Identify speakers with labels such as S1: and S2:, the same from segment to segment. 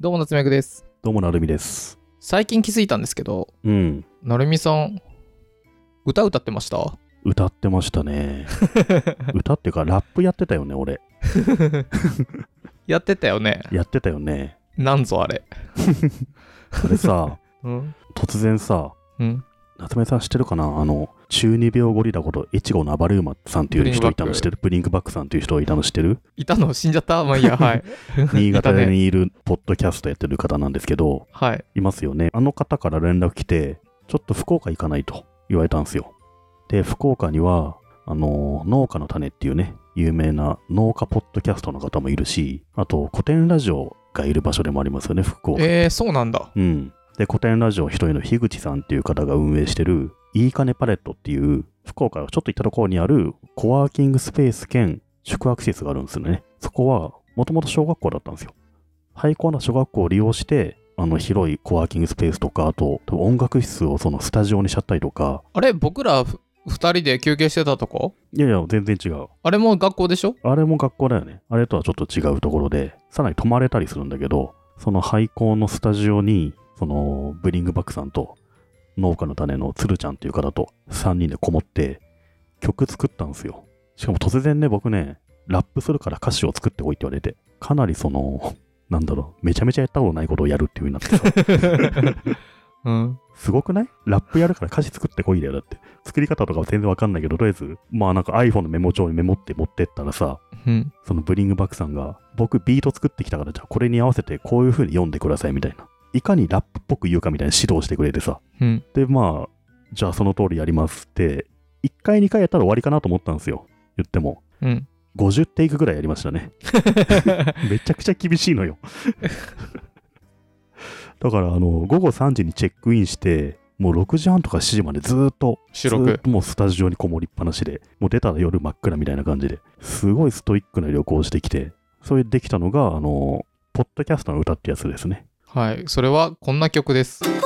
S1: どうも、夏目くです。
S2: どうもなるみです。
S1: 最近気づいたんですけど、
S2: うん。
S1: なるみさん、歌歌ってました
S2: 歌ってましたね。歌ってか、ラップやってたよね、俺。
S1: やってたよね。
S2: やってたよね。
S1: なんぞあれ。
S2: あれさ、
S1: うん。
S2: 突然さ、
S1: うん。
S2: 夏目さん知ってるかなあの、中二病ゴリラこと、越後の暴れ馬さんっていう人いたの知ってるブリンクバックさんっていう人いたの知ってる
S1: いたの死んじゃったまあいいや、はい。
S2: 新潟
S1: いたね
S2: にいるポッドキャストやってる方なんですけど、
S1: はい。
S2: いますよね。あの方から連絡来て、ちょっと福岡行かないと言われたんですよ。で、福岡には、あの、農家の種っていうね、有名な農家ポッドキャストの方もいるし、あと古典ラジオがいる場所でもありますよね、福岡。
S1: えー、そうなんだ。
S2: うん。で、古典ラジオ一人の樋口さんっていう方が運営してる、いいかねパレットっていう、福岡をちょっと行ったところにある、コワーキングスペース兼宿泊施設があるんですよね。そこは、もともと小学校だったんですよ。廃校な小学校を利用して、あの広いコワーキングスペースとか、あと多分音楽室をそのスタジオにしちゃったりとか、
S1: あれ、僕らふ二人で休憩してたとこ
S2: いやいや、全然違う。
S1: あれも学校で しょ
S2: あれも学校だよね。あれとはちょっと違うところで、さらに泊まれたりするんだけど、その廃校のスタジオに、そのブリングバックさんと、農家の種のつるちゃんっていう方と3人でこもって、曲作ったんですよ。しかも突然ね、僕ね、ラップするから歌詞を作ってこいって言われて、かなりその、 なんだろう、めちゃめちゃやったことないことをやるっていう風になってさ、
S1: うん。
S2: すごくないラップやるから歌詞作ってこいだよ、だって。作り方とかは全然わかんないけど、とりあえず、まあなんか iPhone のメモ帳にメモって持ってったらさ、
S1: うん。
S2: そのブリングバックさんが、僕ビート作ってきたから、じゃあこれに合わせてこういう風に読んでくださいみたいな。いかにラップっぽく言うかみたいな指導してくれてさ。
S1: うん。
S2: で、まあ、じゃあその通りやりますって、1回2回やったら終わりかなと思ったんですよ。言っても。
S1: うん。
S2: 50テイクぐらいやりましたね。めちゃくちゃ厳しいのよ。だから、あの、午後3時にチェックインして、もう6時半とか7時までずーっと
S1: 収
S2: ずっ
S1: 録。
S2: ともうスタジオにこもりっぱなしで、もう出たら夜真っ暗みたいな感じで、すごいストイックな旅行をしてきて、それでできたのが、あの、ポッドキャストの歌ってやつですね。
S1: はい。それはこんな曲です。
S3: はい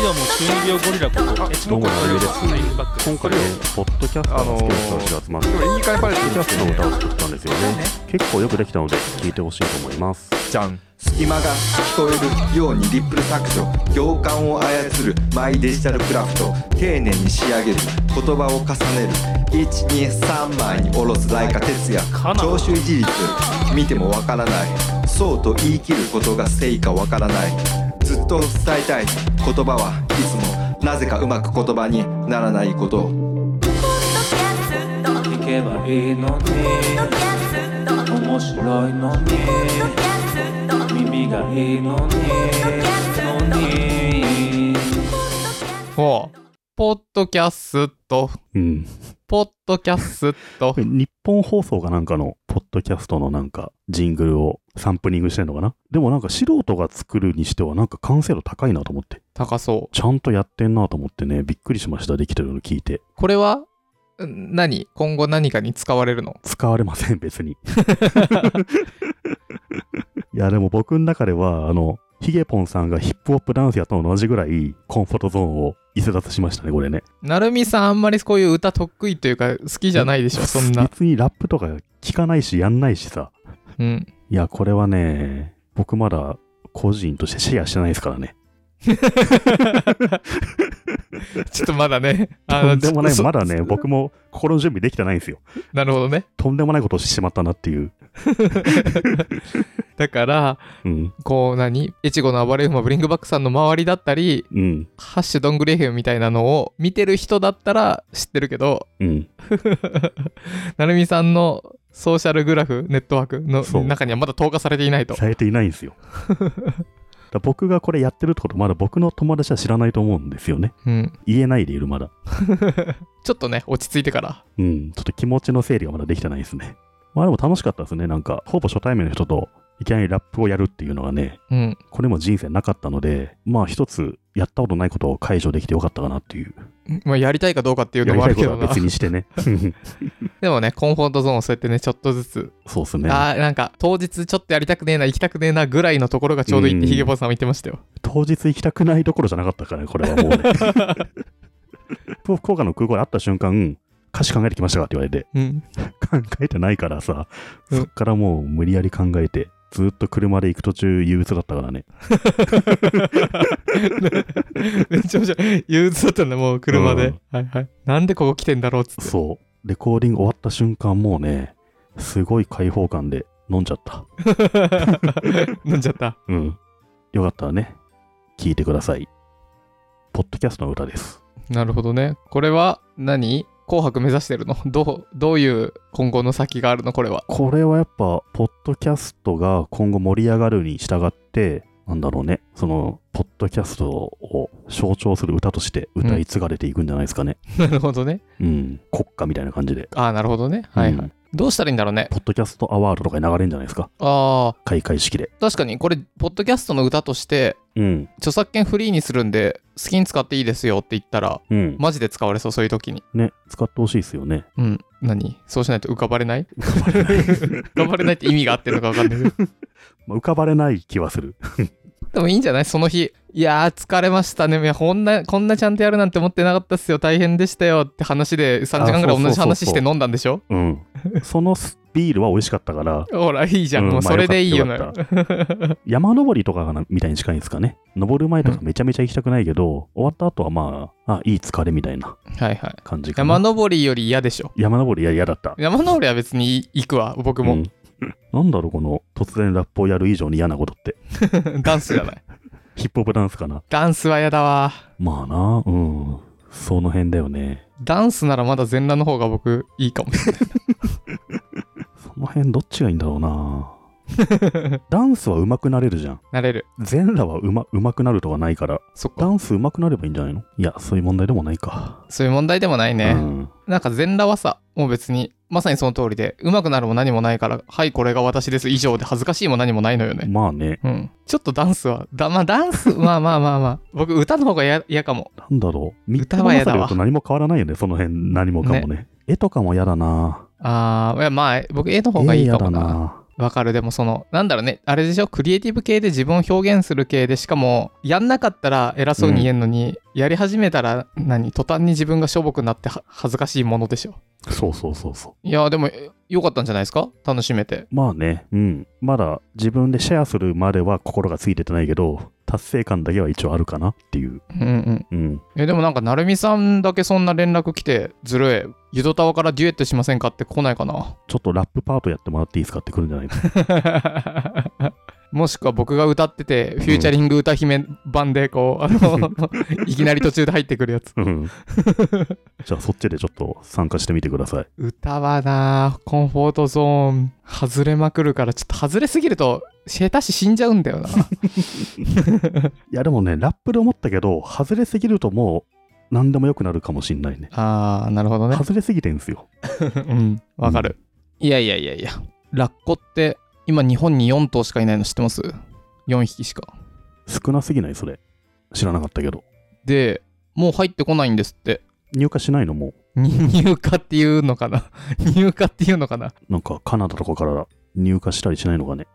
S3: どうも、中二病ゴリラこと、エチ
S2: どうも
S3: ゴリラ
S2: です
S3: こと、インバック
S2: 今回ね、ポッドキャストの作り方が集まる、ポ
S4: いい感じパレット
S2: ッドキャストの歌を作ったんですよね。結構よくできたので、聴いてほしいと思います。
S4: じゃん隙間が聞こえるようにリップル削除行間を操るマイデジタルクラフト丁寧に仕上げる言葉を重ねる123枚に下ろす来華哲也
S3: かな
S4: 聴取事実見てもわからないそうと言い切ることが正義かわからないずっと伝えたい言葉はいつもなぜかうまく言葉にならないことを
S3: 行けばいいのに、面白いのに、耳がいいのに、のに。
S1: ほう。ポッドキャスト。
S2: うん。
S1: ポッドキャスト。
S2: 日本放送かなんかの、ポッドキャストのなんか、ジングルをサンプリングしてんのかなでもなんか素人が作るにしては、なんか完成度高いなと思って。
S1: 高そう。
S2: ちゃんとやってんなと思ってね、びっくりしました、できてるの聞いて。
S1: これはん何今後何かに使われるの
S2: 使われません、別に。 いや、でも僕の中では、あの、ヒゲポンさんがヒップホップダンスやったのと同じぐらい、コンフォートゾーンを逸脱しましたね、これね。
S1: なるみさんあんまりこういう歌得意というか好きじゃないでしょそん な。
S2: 別にラップとか聞かないし、やんないしさ。
S1: うん。
S2: いや、これはね、僕まだ個人としてシェアしてないですからね。
S1: ちょっとまだね。
S2: とんでもない、
S1: ちょ
S2: まだね、
S1: そ
S2: 僕も心の準備できてないんですよ。
S1: なるほどね。
S2: とんでもないことをしてしまったなっていう。
S1: だから、
S2: うん、
S1: こう何越後の暴れ馬ブリングバックさんの周りだったり、
S2: うん、
S1: ハッシュドングレヘムみたいなのを見てる人だったら知ってるけど、
S2: うん。
S1: なるみさんのソーシャルグラフ、ネットワークの
S2: そう
S1: 中にはまだ投下されていないと。
S2: されていないんですよ。だから僕がこれやってるってこと、まだ僕の友達は知らないと思うんですよね。
S1: うん。
S2: 言えないでいる、まだ。
S1: ちょっとね、落ち着いてから。
S2: うん、ちょっと気持ちの整理がまだできてないですね。まあでも楽しかったですね。なんか、ほぼ初対面の人といきなりラップをやるっていうのがね、
S1: うん。
S2: これも人生なかったので、まあ一つ、やったことないことを解除できてよかったかなっていう。
S1: まあ、やりたいかどうかっていうの
S2: やり
S1: もある
S2: たいこ
S1: け
S2: と
S1: ど
S2: は
S1: な。
S2: 別にしてね。
S1: でもね、コンフォートゾーンをそうやってね、ちょっとずつ、
S2: そうですね。
S1: ああ、なんか、当日ちょっとやりたくねえな、行きたくねえなぐらいのところがちょうどいいって、
S2: うん
S1: ヒゲボンさんも言ってましたよ。
S2: 当日行きたくないところじゃなかったからね、これはも うね。福岡の空港で会った瞬間、歌詞考えてきましたかって言われて、
S1: うん。
S2: 考えてないからさ、
S1: うん
S2: そっからもう無理やり考えて、ずっと車で行く途中憂鬱だったからね。
S1: めっちゃ面白い。憂鬱だったんだ、もう車で。
S2: うん
S1: はいはい。なんでここ来てんだろうっつって。
S2: そう。レコーディング終わった瞬間もうね、すごい開放感で飲んじゃった。
S1: 飲んじゃった。
S2: うん。よかったらね、聞いてください。ポッドキャストの歌です。
S1: なるほどね。これは何紅白目指してるのどう、どういう今後の先があるのこれは。
S2: これはやっぱ、ポッドキャストが今後盛り上がるに従って、なんだろうね、その、ポッドキャストを象徴する歌として歌い継がれていくんじゃないですかね。
S1: なるほどね。
S2: うん、国歌みたいな感じで。
S1: ああ、なるほどね。はいはい。
S2: うん
S1: どうしたらいいんだろうね。
S2: ポッドキャストアワードとかに流れるんじゃないですか。
S1: ああ、
S2: 開会式で。
S1: 確かにこれ、ポッドキャストの歌として、
S2: うん。
S1: 著作権フリーにするんで、好きに使っていいですよって言ったら、
S2: うん。
S1: マジで使われそう、そういう時に。
S2: ね、使ってほしいですよね。
S1: うん。何そうしないと浮かばれない 浮かばれないって意味があってるのか分かんないけど。
S2: まあ、浮かばれない気はする。
S1: でもいいんじゃないその日。いやー、疲れましたね。いや、こんな、こんなちゃんとやるなんて思ってなかったっすよ。大変でしたよ。って話で、3時間ぐらい同じ話して飲んだんでしょ
S2: うん。そのスビールは美味しかったから、
S1: ほら、いいじゃん。
S2: うん
S1: もうそれでいいよな。
S2: まあよか山登りとかかなみたいに近いんですかね。登る前とかめちゃめちゃ行きたくないけど、終わった後はまあ、あ、いい疲れみたいな
S1: はいはい。
S2: 感じかな。
S1: 山登りより嫌でしょ。
S2: 山登りや嫌だった。
S1: 山登りは別に行くわ、僕
S2: う
S1: も。
S2: んなんだろう、この突然ラップをやる以上に嫌なことって。
S1: ダンスじゃない。
S2: ヒップホップダンスかな。
S1: ダンスは嫌だわ。
S2: まあな、うん。その辺だよね。
S1: ダンスならまだ全裸の方が僕いいかもし
S2: その辺どっちがいいんだろうな。 ダンスは上手くなれるじゃん。
S1: れない。なれる。
S2: 全裸はうま上手くなるとかないから、
S1: そっ
S2: ダ
S1: か。
S2: ンス上手くなればいいんじゃないのいや、そういう問題でもないか。
S1: そういう問題でもないね。
S2: うん
S1: なんか全裸はさ、もう別に、まさにその通りで、上手くなるも何もないから、はい、これが私です以上で恥ずかしいも何もないのよね。
S2: まあね、
S1: うん。ちょっとダンスは、だまあダンス、 まあまあまあまあ。僕、歌の方がや嫌かも。
S2: なんだろう。見
S1: 歌は嫌だわ
S2: と何も変わらないよね、その辺、何もかもね。絵とかも嫌だな。
S1: あー、いやまあ、僕、絵の方
S2: 絵
S1: がいい
S2: 嫌
S1: か
S2: だ
S1: もな。
S2: な。
S1: わかる。でも、その、なんだろうね、あれでしょ、クリエイティブ系で自分を表現する系で、しかも、やんなかったら偉そうに言えんのに、やり始めたら、何、途端に自分がしょぼくなっては恥ずかしいものでしょ。
S2: そうそうそうそ
S1: いや、でも、え良かったんじゃないですか楽しめて。
S2: う。まあね、うん。まだ自分でシェアするまでは心がついててないけど、達成感だけは一応あるかなっていう。
S1: うんうん。
S2: うん。
S1: えでもなんか成美さんだけそんな連絡来てずるいゆとたわからデュエットしませんかって来ないか な
S2: ちょっとラップパートやってもらっていいですかってくるんじゃないか。
S1: もしくは僕が歌っててフューチャリング歌姫版でこうあ のいきなり途中で入ってくるやつ
S2: うん。じゃあそっちでちょっと参加してみてください。
S1: 歌はなコンフォートゾーン外れまくるからちょっと外れすぎると下手し死んじゃうんだ よな
S2: いやでもね、ラップで思ったけど、外れすぎるともう何でもよくなるかもしんないね。
S1: あーなるほどね
S2: 外れすぎてんすよ。
S1: うんわかる、いやいやいやいやラッコって今日本に4頭しかいないの知ってます ?4 匹しか
S2: 少なすぎないそれ。知らなかったけど。
S1: でもう入ってこないんですって
S2: 入荷しないのも、
S1: に入荷っていうのかな 入荷っていうのかな
S2: なんかカナダとかから入荷したりしないのがね。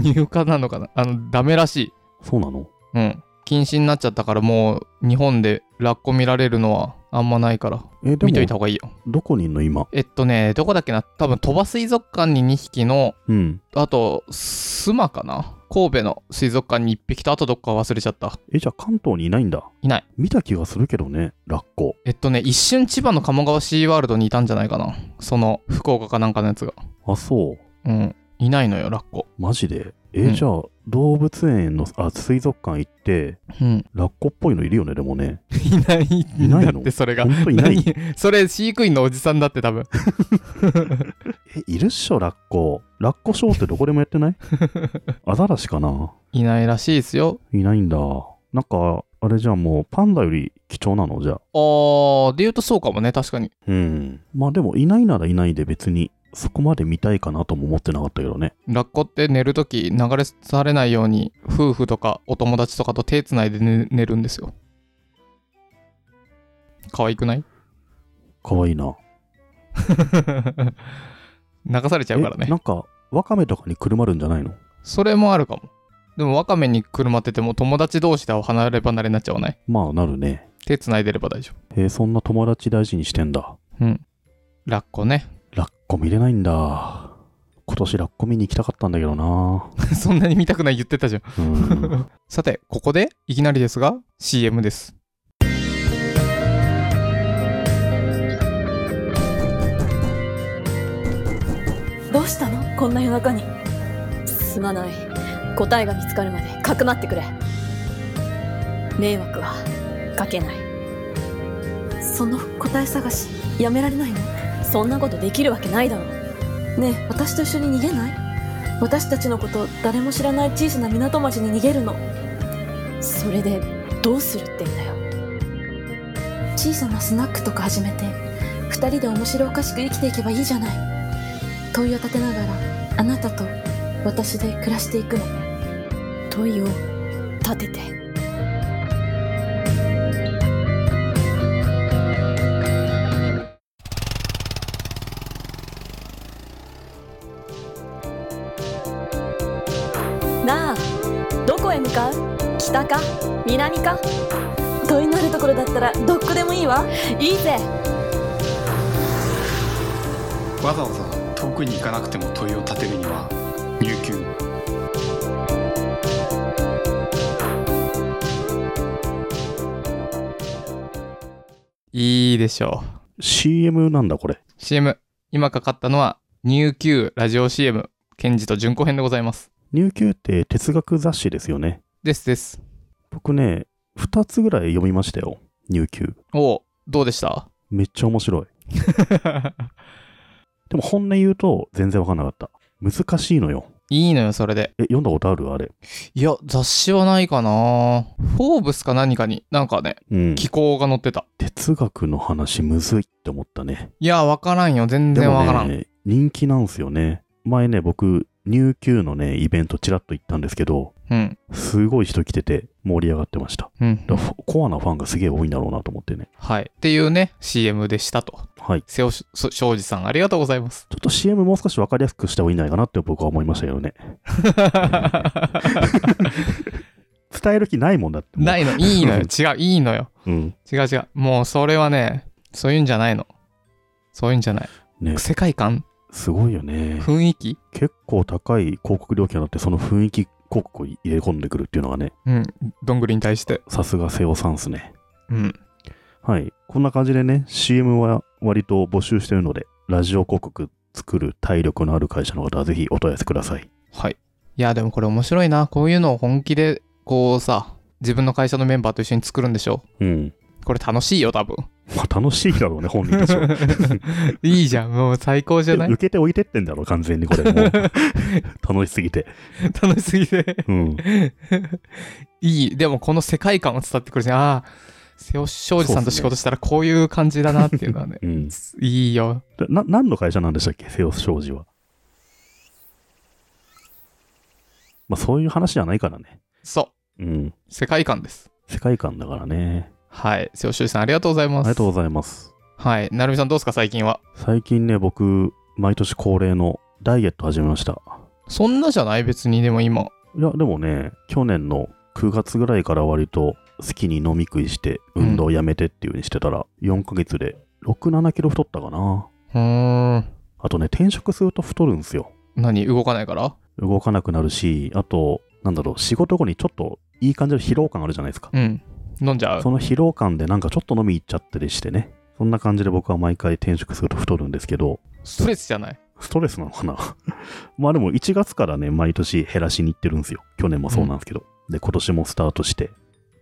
S1: 入荷なのかなあのダメらしい
S2: そうなの
S1: うん禁止になっちゃったからもう日本でラッコ見られるのはあんまないから
S2: え、で
S1: 見といた
S2: も、
S1: 方がいいよ
S2: どこにいんの今。
S1: えっとねどこだっけな多分鳥羽水族館に2匹の
S2: うん。
S1: あと須磨かな神戸の水族館に1匹とあとどっか忘れちゃった
S2: え、じゃあ関東にいないんだ。
S1: いない
S2: 見た気がするけどね、ラッコ。
S1: えっとね一瞬千葉の鴨川シーワールドにいたんじゃないかなその福岡かなんかのやつが
S2: あ、そう。
S1: うんいないのよラッコ
S2: マジで。え、
S1: うん
S2: じゃあ動物園の、あ、水族館行って、
S1: うん
S2: ラッコっぽいのいるよね、でもね。
S1: いない
S2: いないの
S1: だってそれが。
S2: ほんといない。
S1: 何 それ飼育員のおじさんだって多分。
S2: え、いるっしょ、ラッコ。ラッコショーってどこでもやってない アザラシかない
S1: ないらしいですよ。
S2: いないんだ。なんか、あれじゃあもう、パンダより貴重なのじゃあ。
S1: あー、で言うとそうかもね、確かに。
S2: うん。まあでも、いないならいないで別に、そこまで見たいかなとも思ってなかったけどね。
S1: ラッコって寝るとき流れされないように夫婦とかお友達とかと手つないで寝寝るんですよ。可愛くない
S2: かわいいな。
S1: 流されちゃうから
S2: え
S1: ね。
S2: なんか、ワカメとかにくるまるんじゃないの
S1: それもあるかも。でもワカメにくるまってても友達同士では離れ離れになっちゃわない
S2: まあ、なるね。
S1: 手つないでれば大丈
S2: えーそんな友達大事にしてんだ。
S1: 夫。うん。ラッコね。
S2: ラッコ見れないんだ。今年ラッコ見に行きたかったんだけどな。
S1: そんなに見たくない言ってたじゃん。
S2: うん
S1: さて、ここで、いきなりですが、CM です。
S5: どうしたのこんな夜中に
S6: すまない答えが見つかるまでかくまってくれ迷惑はかけない
S5: その答え探しやめられないの
S6: そんなことできるわけないだろ
S5: ねえ私と一緒に逃げない私たちのこと誰も知らない小さな港町に逃げるの
S6: それでどうするって言うんだよ
S5: 小さなスナックとか始めて二人で面白おかしく生きていけばいいじゃない問いを立てながらあなたと私で暮らしていくの
S6: 問いを立てて
S5: なあ
S6: どこへ向かう北か南か
S5: 問いのあるところだったらどっこでもいいわ
S6: いいぜ
S7: わざわざ遠くに行かなくても問いを立てるには琉球
S1: いいでしょ
S2: CM なんだ、これ。
S1: う。CM。今かかったのは、入級ラジオ CM、ケンジと順子編でございます。
S2: 入級って哲学雑誌ですよね。
S1: ですです。
S2: 僕ね、2つぐらい読みましたよ。入級。
S1: おうどうでした
S2: めっちゃ面白い。でも本音言うと全然わかんなかった。難しいのよ。
S1: いいのよ、それで。
S2: え、読んだことあるあれ。
S1: いや、雑誌はないかなフォーブスか何かに、なんかね、
S2: うん。
S1: 気候が載ってた。
S2: 哲学の話むずいって思ったね。
S1: いや、わからんよ。全
S2: で
S1: 然わか
S2: も
S1: らん。
S2: ね、人気なんすよね。前ね、僕、入級のね、イベントちらっと行ったんですけど、
S1: うん。
S2: すごい人来てて盛り上がってました。
S1: うん。
S2: だからフォコアなファンがすげえ多いんだろうなと思ってね。
S1: はい。っていうね、CM でしたと。
S2: はい。
S1: 瀬尾しそ庄司さん、ありがとうございます。
S2: ちょっと CM もう少しわかりやすくした方がいいんじゃないかなって僕は思いましたけどね。伝える気ないもんだって。もう
S1: ないの、いいのよ。違う、いいのよ。
S2: うん。
S1: 違う違う。もう、それはね、そういうんじゃないの。そういうんじゃない。
S2: ね、
S1: 世界観
S2: すごいよね。
S1: 雰囲気
S2: 結構高い広告料金になってその雰囲気広告を入れ込んでくるっていうのがね
S1: うん。どんぐりに対して。
S2: さすが瀬尾さんっすね
S1: うん。
S2: はいこんな感じでね CM は割と募集してるのでラジオ広告作る体力のある会社の方はぜひお問い合わせください
S1: はい。いや、でもこれ面白いな。こういうのを本気で、こうさ、自分の会社のメンバーと一緒に作るんでしょ
S2: うん
S1: これ楽しいよ、多分。
S2: まあ楽しいだろ うね本人たちは
S1: いいじゃん。もう最高じゃない
S2: 受けておいてってんだろう完全にこれもう楽しすぎて
S1: 楽しすぎて。
S2: うん
S1: いい。でもこの世界観は伝わってくるし、ああ、瀬尾庄司さんと仕事したらこういう感じだなっていうの はね。
S2: うん
S1: いいよ。
S2: な何の会社なんでしたっけ瀬尾商事はまあそういう話じゃないからね
S1: そ
S2: うん
S1: う。世界観です。
S2: 世界観だからね
S1: はい。瀬尾庄司さん、ありがとうござい
S2: あ
S1: ま
S2: り
S1: す。
S2: がとう
S1: う。
S2: ございます。
S1: はい。なるみさん、どうですか、最近は。
S2: 最近ね、僕、毎年恒例のダイエット始めました。
S1: そんなじゃない別に、でも今。
S2: いや、でもね、去年の9月ぐらいから割と好きに飲み食いして、運動やめてっていう風にしてたら、4ヶ月で6、7キロ太ったかな。
S1: うーん。
S2: あとね、転職すると太るんですよ。
S1: 何動かないから
S2: 動かなくなるし、あと、なんだろう、仕事後にちょっといい感じの疲労感あるじゃないですか。
S1: うん。飲んじゃう
S2: そ。の疲労感でなんかちょっと飲み行っちゃったりしてね。そんな感じで僕は毎回転職すると太るんですけど、
S1: ストレスじゃない。
S2: ストレスなのかな まあでも1月からね、毎年減らしに行ってるんですよ。去年もそうなんですけど。で、今年もスタートして。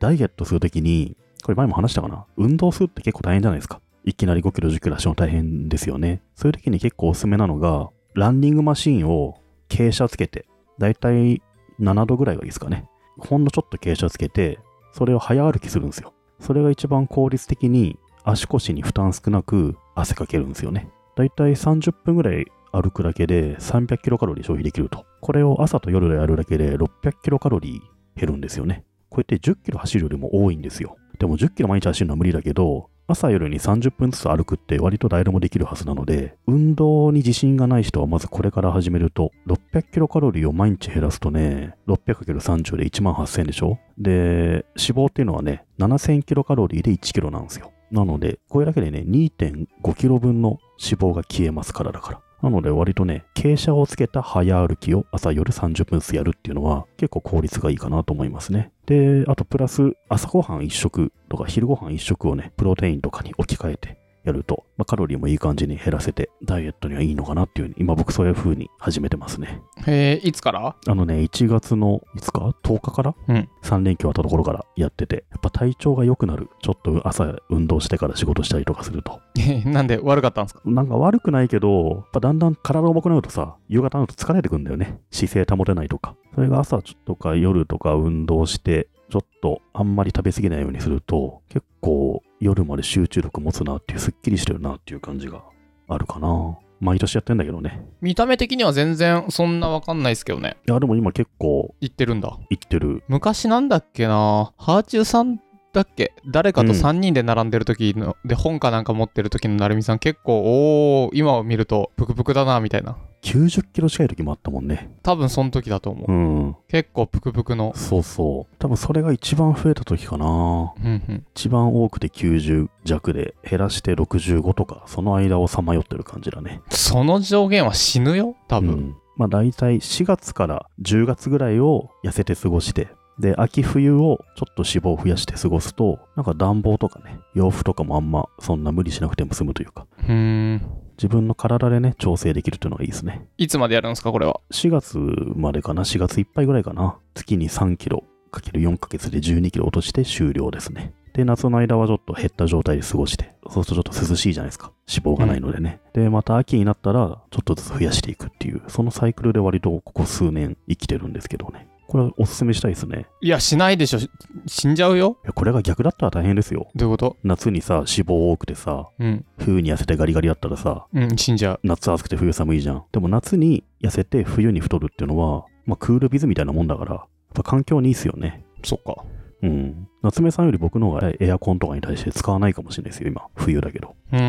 S2: ダイエットするときに、これ前も話したかな運動するって結構大変じゃないですか。いきなり5キロ、10キロ出しの大変ですよね。そういうときに結構おすすめなのが、ランニングマシーンを傾斜つけて、だいたい7度ぐらいがいいですかね。ほんのちょっと傾斜つけて、それを早歩きするんですよ。それが一番効率的に足腰に負担少なく汗かけるんですよね。だいたい30分ぐらい歩くだけで300キロカロリー消費できると。これを朝と夜でやるだけで600キロカロリー減るんですよね。こうやって10キロ走るよりも多いんですよ。でも10キロ毎日走るのは無理だけど、朝夜に30分ずつ歩くって割と誰でもできるはずなので、運動に自信がない人はまずこれから始めると、600キロカロリーを毎日減らすとね、600×30 で1万8000でしょで、脂肪っていうのはね、7000キロカロリーで1キロなんですよ。なので、これだけでね、2.5キロ分の脂肪が消えますからだから。なので割とね、傾斜をつけた早歩きを朝夜30分ずつやるっていうのは結構効率がいいかなと思いますね。で、あとプラス朝ごはん1食とか昼ごはん1食をね、プロテインとかに置き換えてやると、まあ、カロリーもいい感じに減らせてダイエットにはいいのかなっていうふうに、今僕そういう風に始めてますね。
S1: へえ、いつから
S2: あのね、1月のいつか ?10 日から、
S1: うん
S2: 3連休あったところからやってて、やっぱ体調が良くなる。ちょっと朝運動してから仕事したりとかすると。
S1: え なんで悪かったんですか
S2: なんか悪くないけど、やっぱだんだん体重くなるとさ、夕方になると疲れてくんだよね。姿勢保てないとか。それが朝ちょっとか夜とか運動して、ちょっとあんまり食べ過ぎないようにすると、結構夜まで集中力持つなっていう、すっきりしてるなっていう感じがあるかな。毎年やってんだけどね。
S1: 見た目的には全然そんなわかんないですけどね。
S2: いや、でも今結構
S1: 言ってるんだ。
S2: いってる。
S1: 昔なんだっけなハーチューさんだっけ誰かと
S2: うん
S1: 3人で並んでる時の、で本かなんか持ってる時の成美さん結構おお今を見るとプクプクだなみたいな
S2: 90キロ近い時もあったもんね。
S1: 多分その時だと思う、
S2: うん。
S1: 結構プクプクの
S2: そうそう。多分それが一番増えた時かな。
S1: うんうん
S2: 一番多くて90弱で、減らして65とか、その間をさまよってる感じだね。
S1: その上限は死ぬよ多
S2: う
S1: 分、
S2: ん、まあ大体4月から10月ぐらいを痩せて過ごしてで秋冬をちょっと脂肪を増やして過ごすとなんか暖房とかね洋服とかもあんまそんな無理しなくても済むというか
S1: うーん
S2: 自分の体でね調整できるというのがいいですね
S1: いつまでやるんですかこれは
S2: 4月までかな4月いっぱいぐらいかな月に3キロかける4ヶ月で12キロ落として終了ですねで夏の間はちょっと減った状態で過ごしてそうするとちょっと涼しいじゃないですか脂肪がないのでね、でまた秋になったらちょっとずつ増やしていくっていうそのサイクルで割とここ数年生きてるんですけどねこれおすすめしたいですね
S1: いやしないでしょし死んじゃうよ
S2: いやこれが逆だったら大変ですよ
S1: どういうこと
S2: 夏にさ脂肪多くてさ
S1: うん
S2: 冬に痩せてガリガリだったらさ
S1: うん死んじゃう
S2: 夏暑くて冬寒いじゃん。でも夏に痩せて冬に太るっていうのは、まあ、クールビズみたいなもんだから、やっぱ環境にいいっすよね。
S1: そっか
S2: うん。夏目さんより僕の方がエアコンとかに対して使わないかもしれないですよ、今。冬だけど。
S1: うー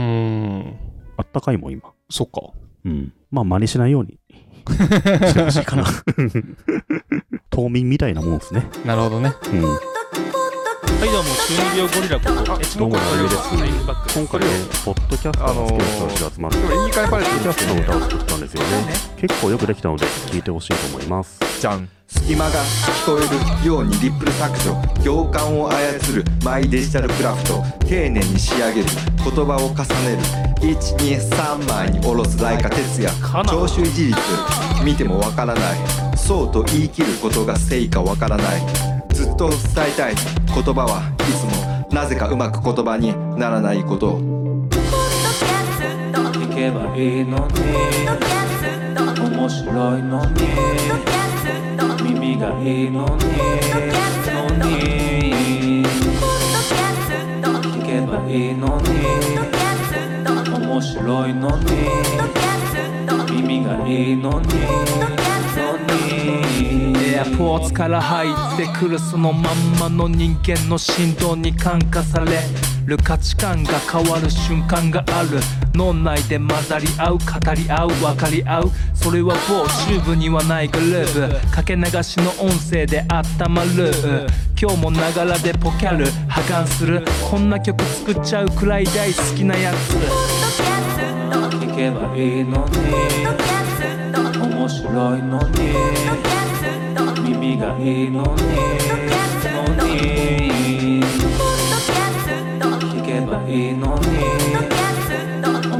S1: ん
S2: あったかいもん、今。
S1: そっか
S2: うん。まあ、真似しないよう にしてほしいかな。冬眠みたいなもんですね。
S1: なるほどね
S2: うん。
S3: はいどうも中二病ゴリラことエチ
S2: どう
S3: モ
S2: も
S3: コ
S2: ラ
S3: リ
S2: で
S3: ラ
S2: す今回ね、ポッドキャスターの好きな人たちが集まって、
S4: で
S2: ポッ
S4: も言い換えパレッ
S2: ドキャ
S4: ト
S2: ストの歌を作ったんですよね。結構よくできたので、聴いてほしいと思います。
S4: じゃん隙間が聞こえるようにリップル削除行間を操るマイデジタルクラフト丁寧に仕上げる言葉を重ねる123枚に下ろすライカ哲也聴取事実見てもわからないそうと言い切ることが正義かわからないずっと伝えたい言葉はいつもなぜかうまく言葉にならないことを
S3: 聞けばいいのに面白いのに耳がいいのにのに聞けばいいのに面白いのに耳がいいのにのに
S8: エアポーツから入ってくるそのまんまの人間の振動に感化される価値観が変わる瞬間がある脳内で混ざり合う語り合う分かり合うそれは某チューブにはないグルーブかけ流しの音声で温まる今日もながらでポキャル破綻するこんな曲作っちゃうくらい大好きなやつ
S3: 聞けばいいのに面白いのに耳がいいのにのに聞けばいいのに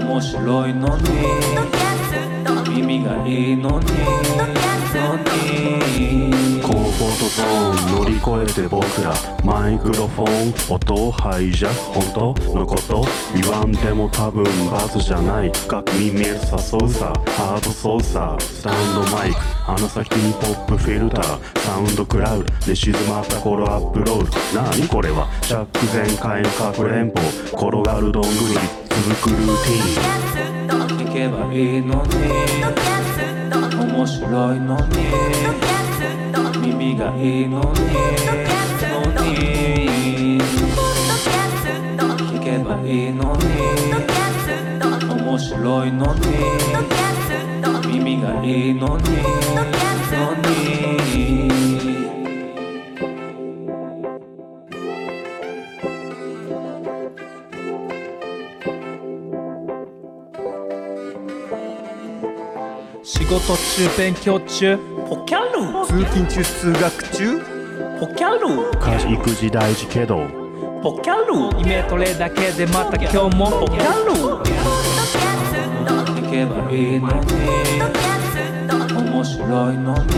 S3: 面白いのに耳がいいのにのに
S2: コンフォートゾーン乗り越えて僕らマイクロフォン音ハイジャック本当のこと言わんでも多分バズじゃない深く耳へ誘うさハード操作スタンドマイク鼻先にポップフィルターサウンドクラウドで静まった頃アップロード何これはジャック全開のかくれんぼ転がるどんぐり続くルーティン
S3: 聞けばいいのに面白いのに耳がいいのにのに聞けばいいのに面白いのに耳がいいのにのに
S9: 「
S8: 事中勉強中ポキャル
S4: 通勤中通学中
S8: ポキャル
S2: 家事育児大事けど
S8: ポキャルイメトレだけでまた今日もポキャル
S3: 行けばいいのに面白いのに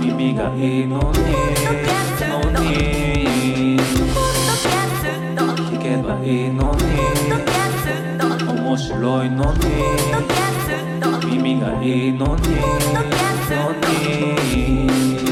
S3: 耳がいいのにのに聞けばいいのに面白いのに耳がいいのにのに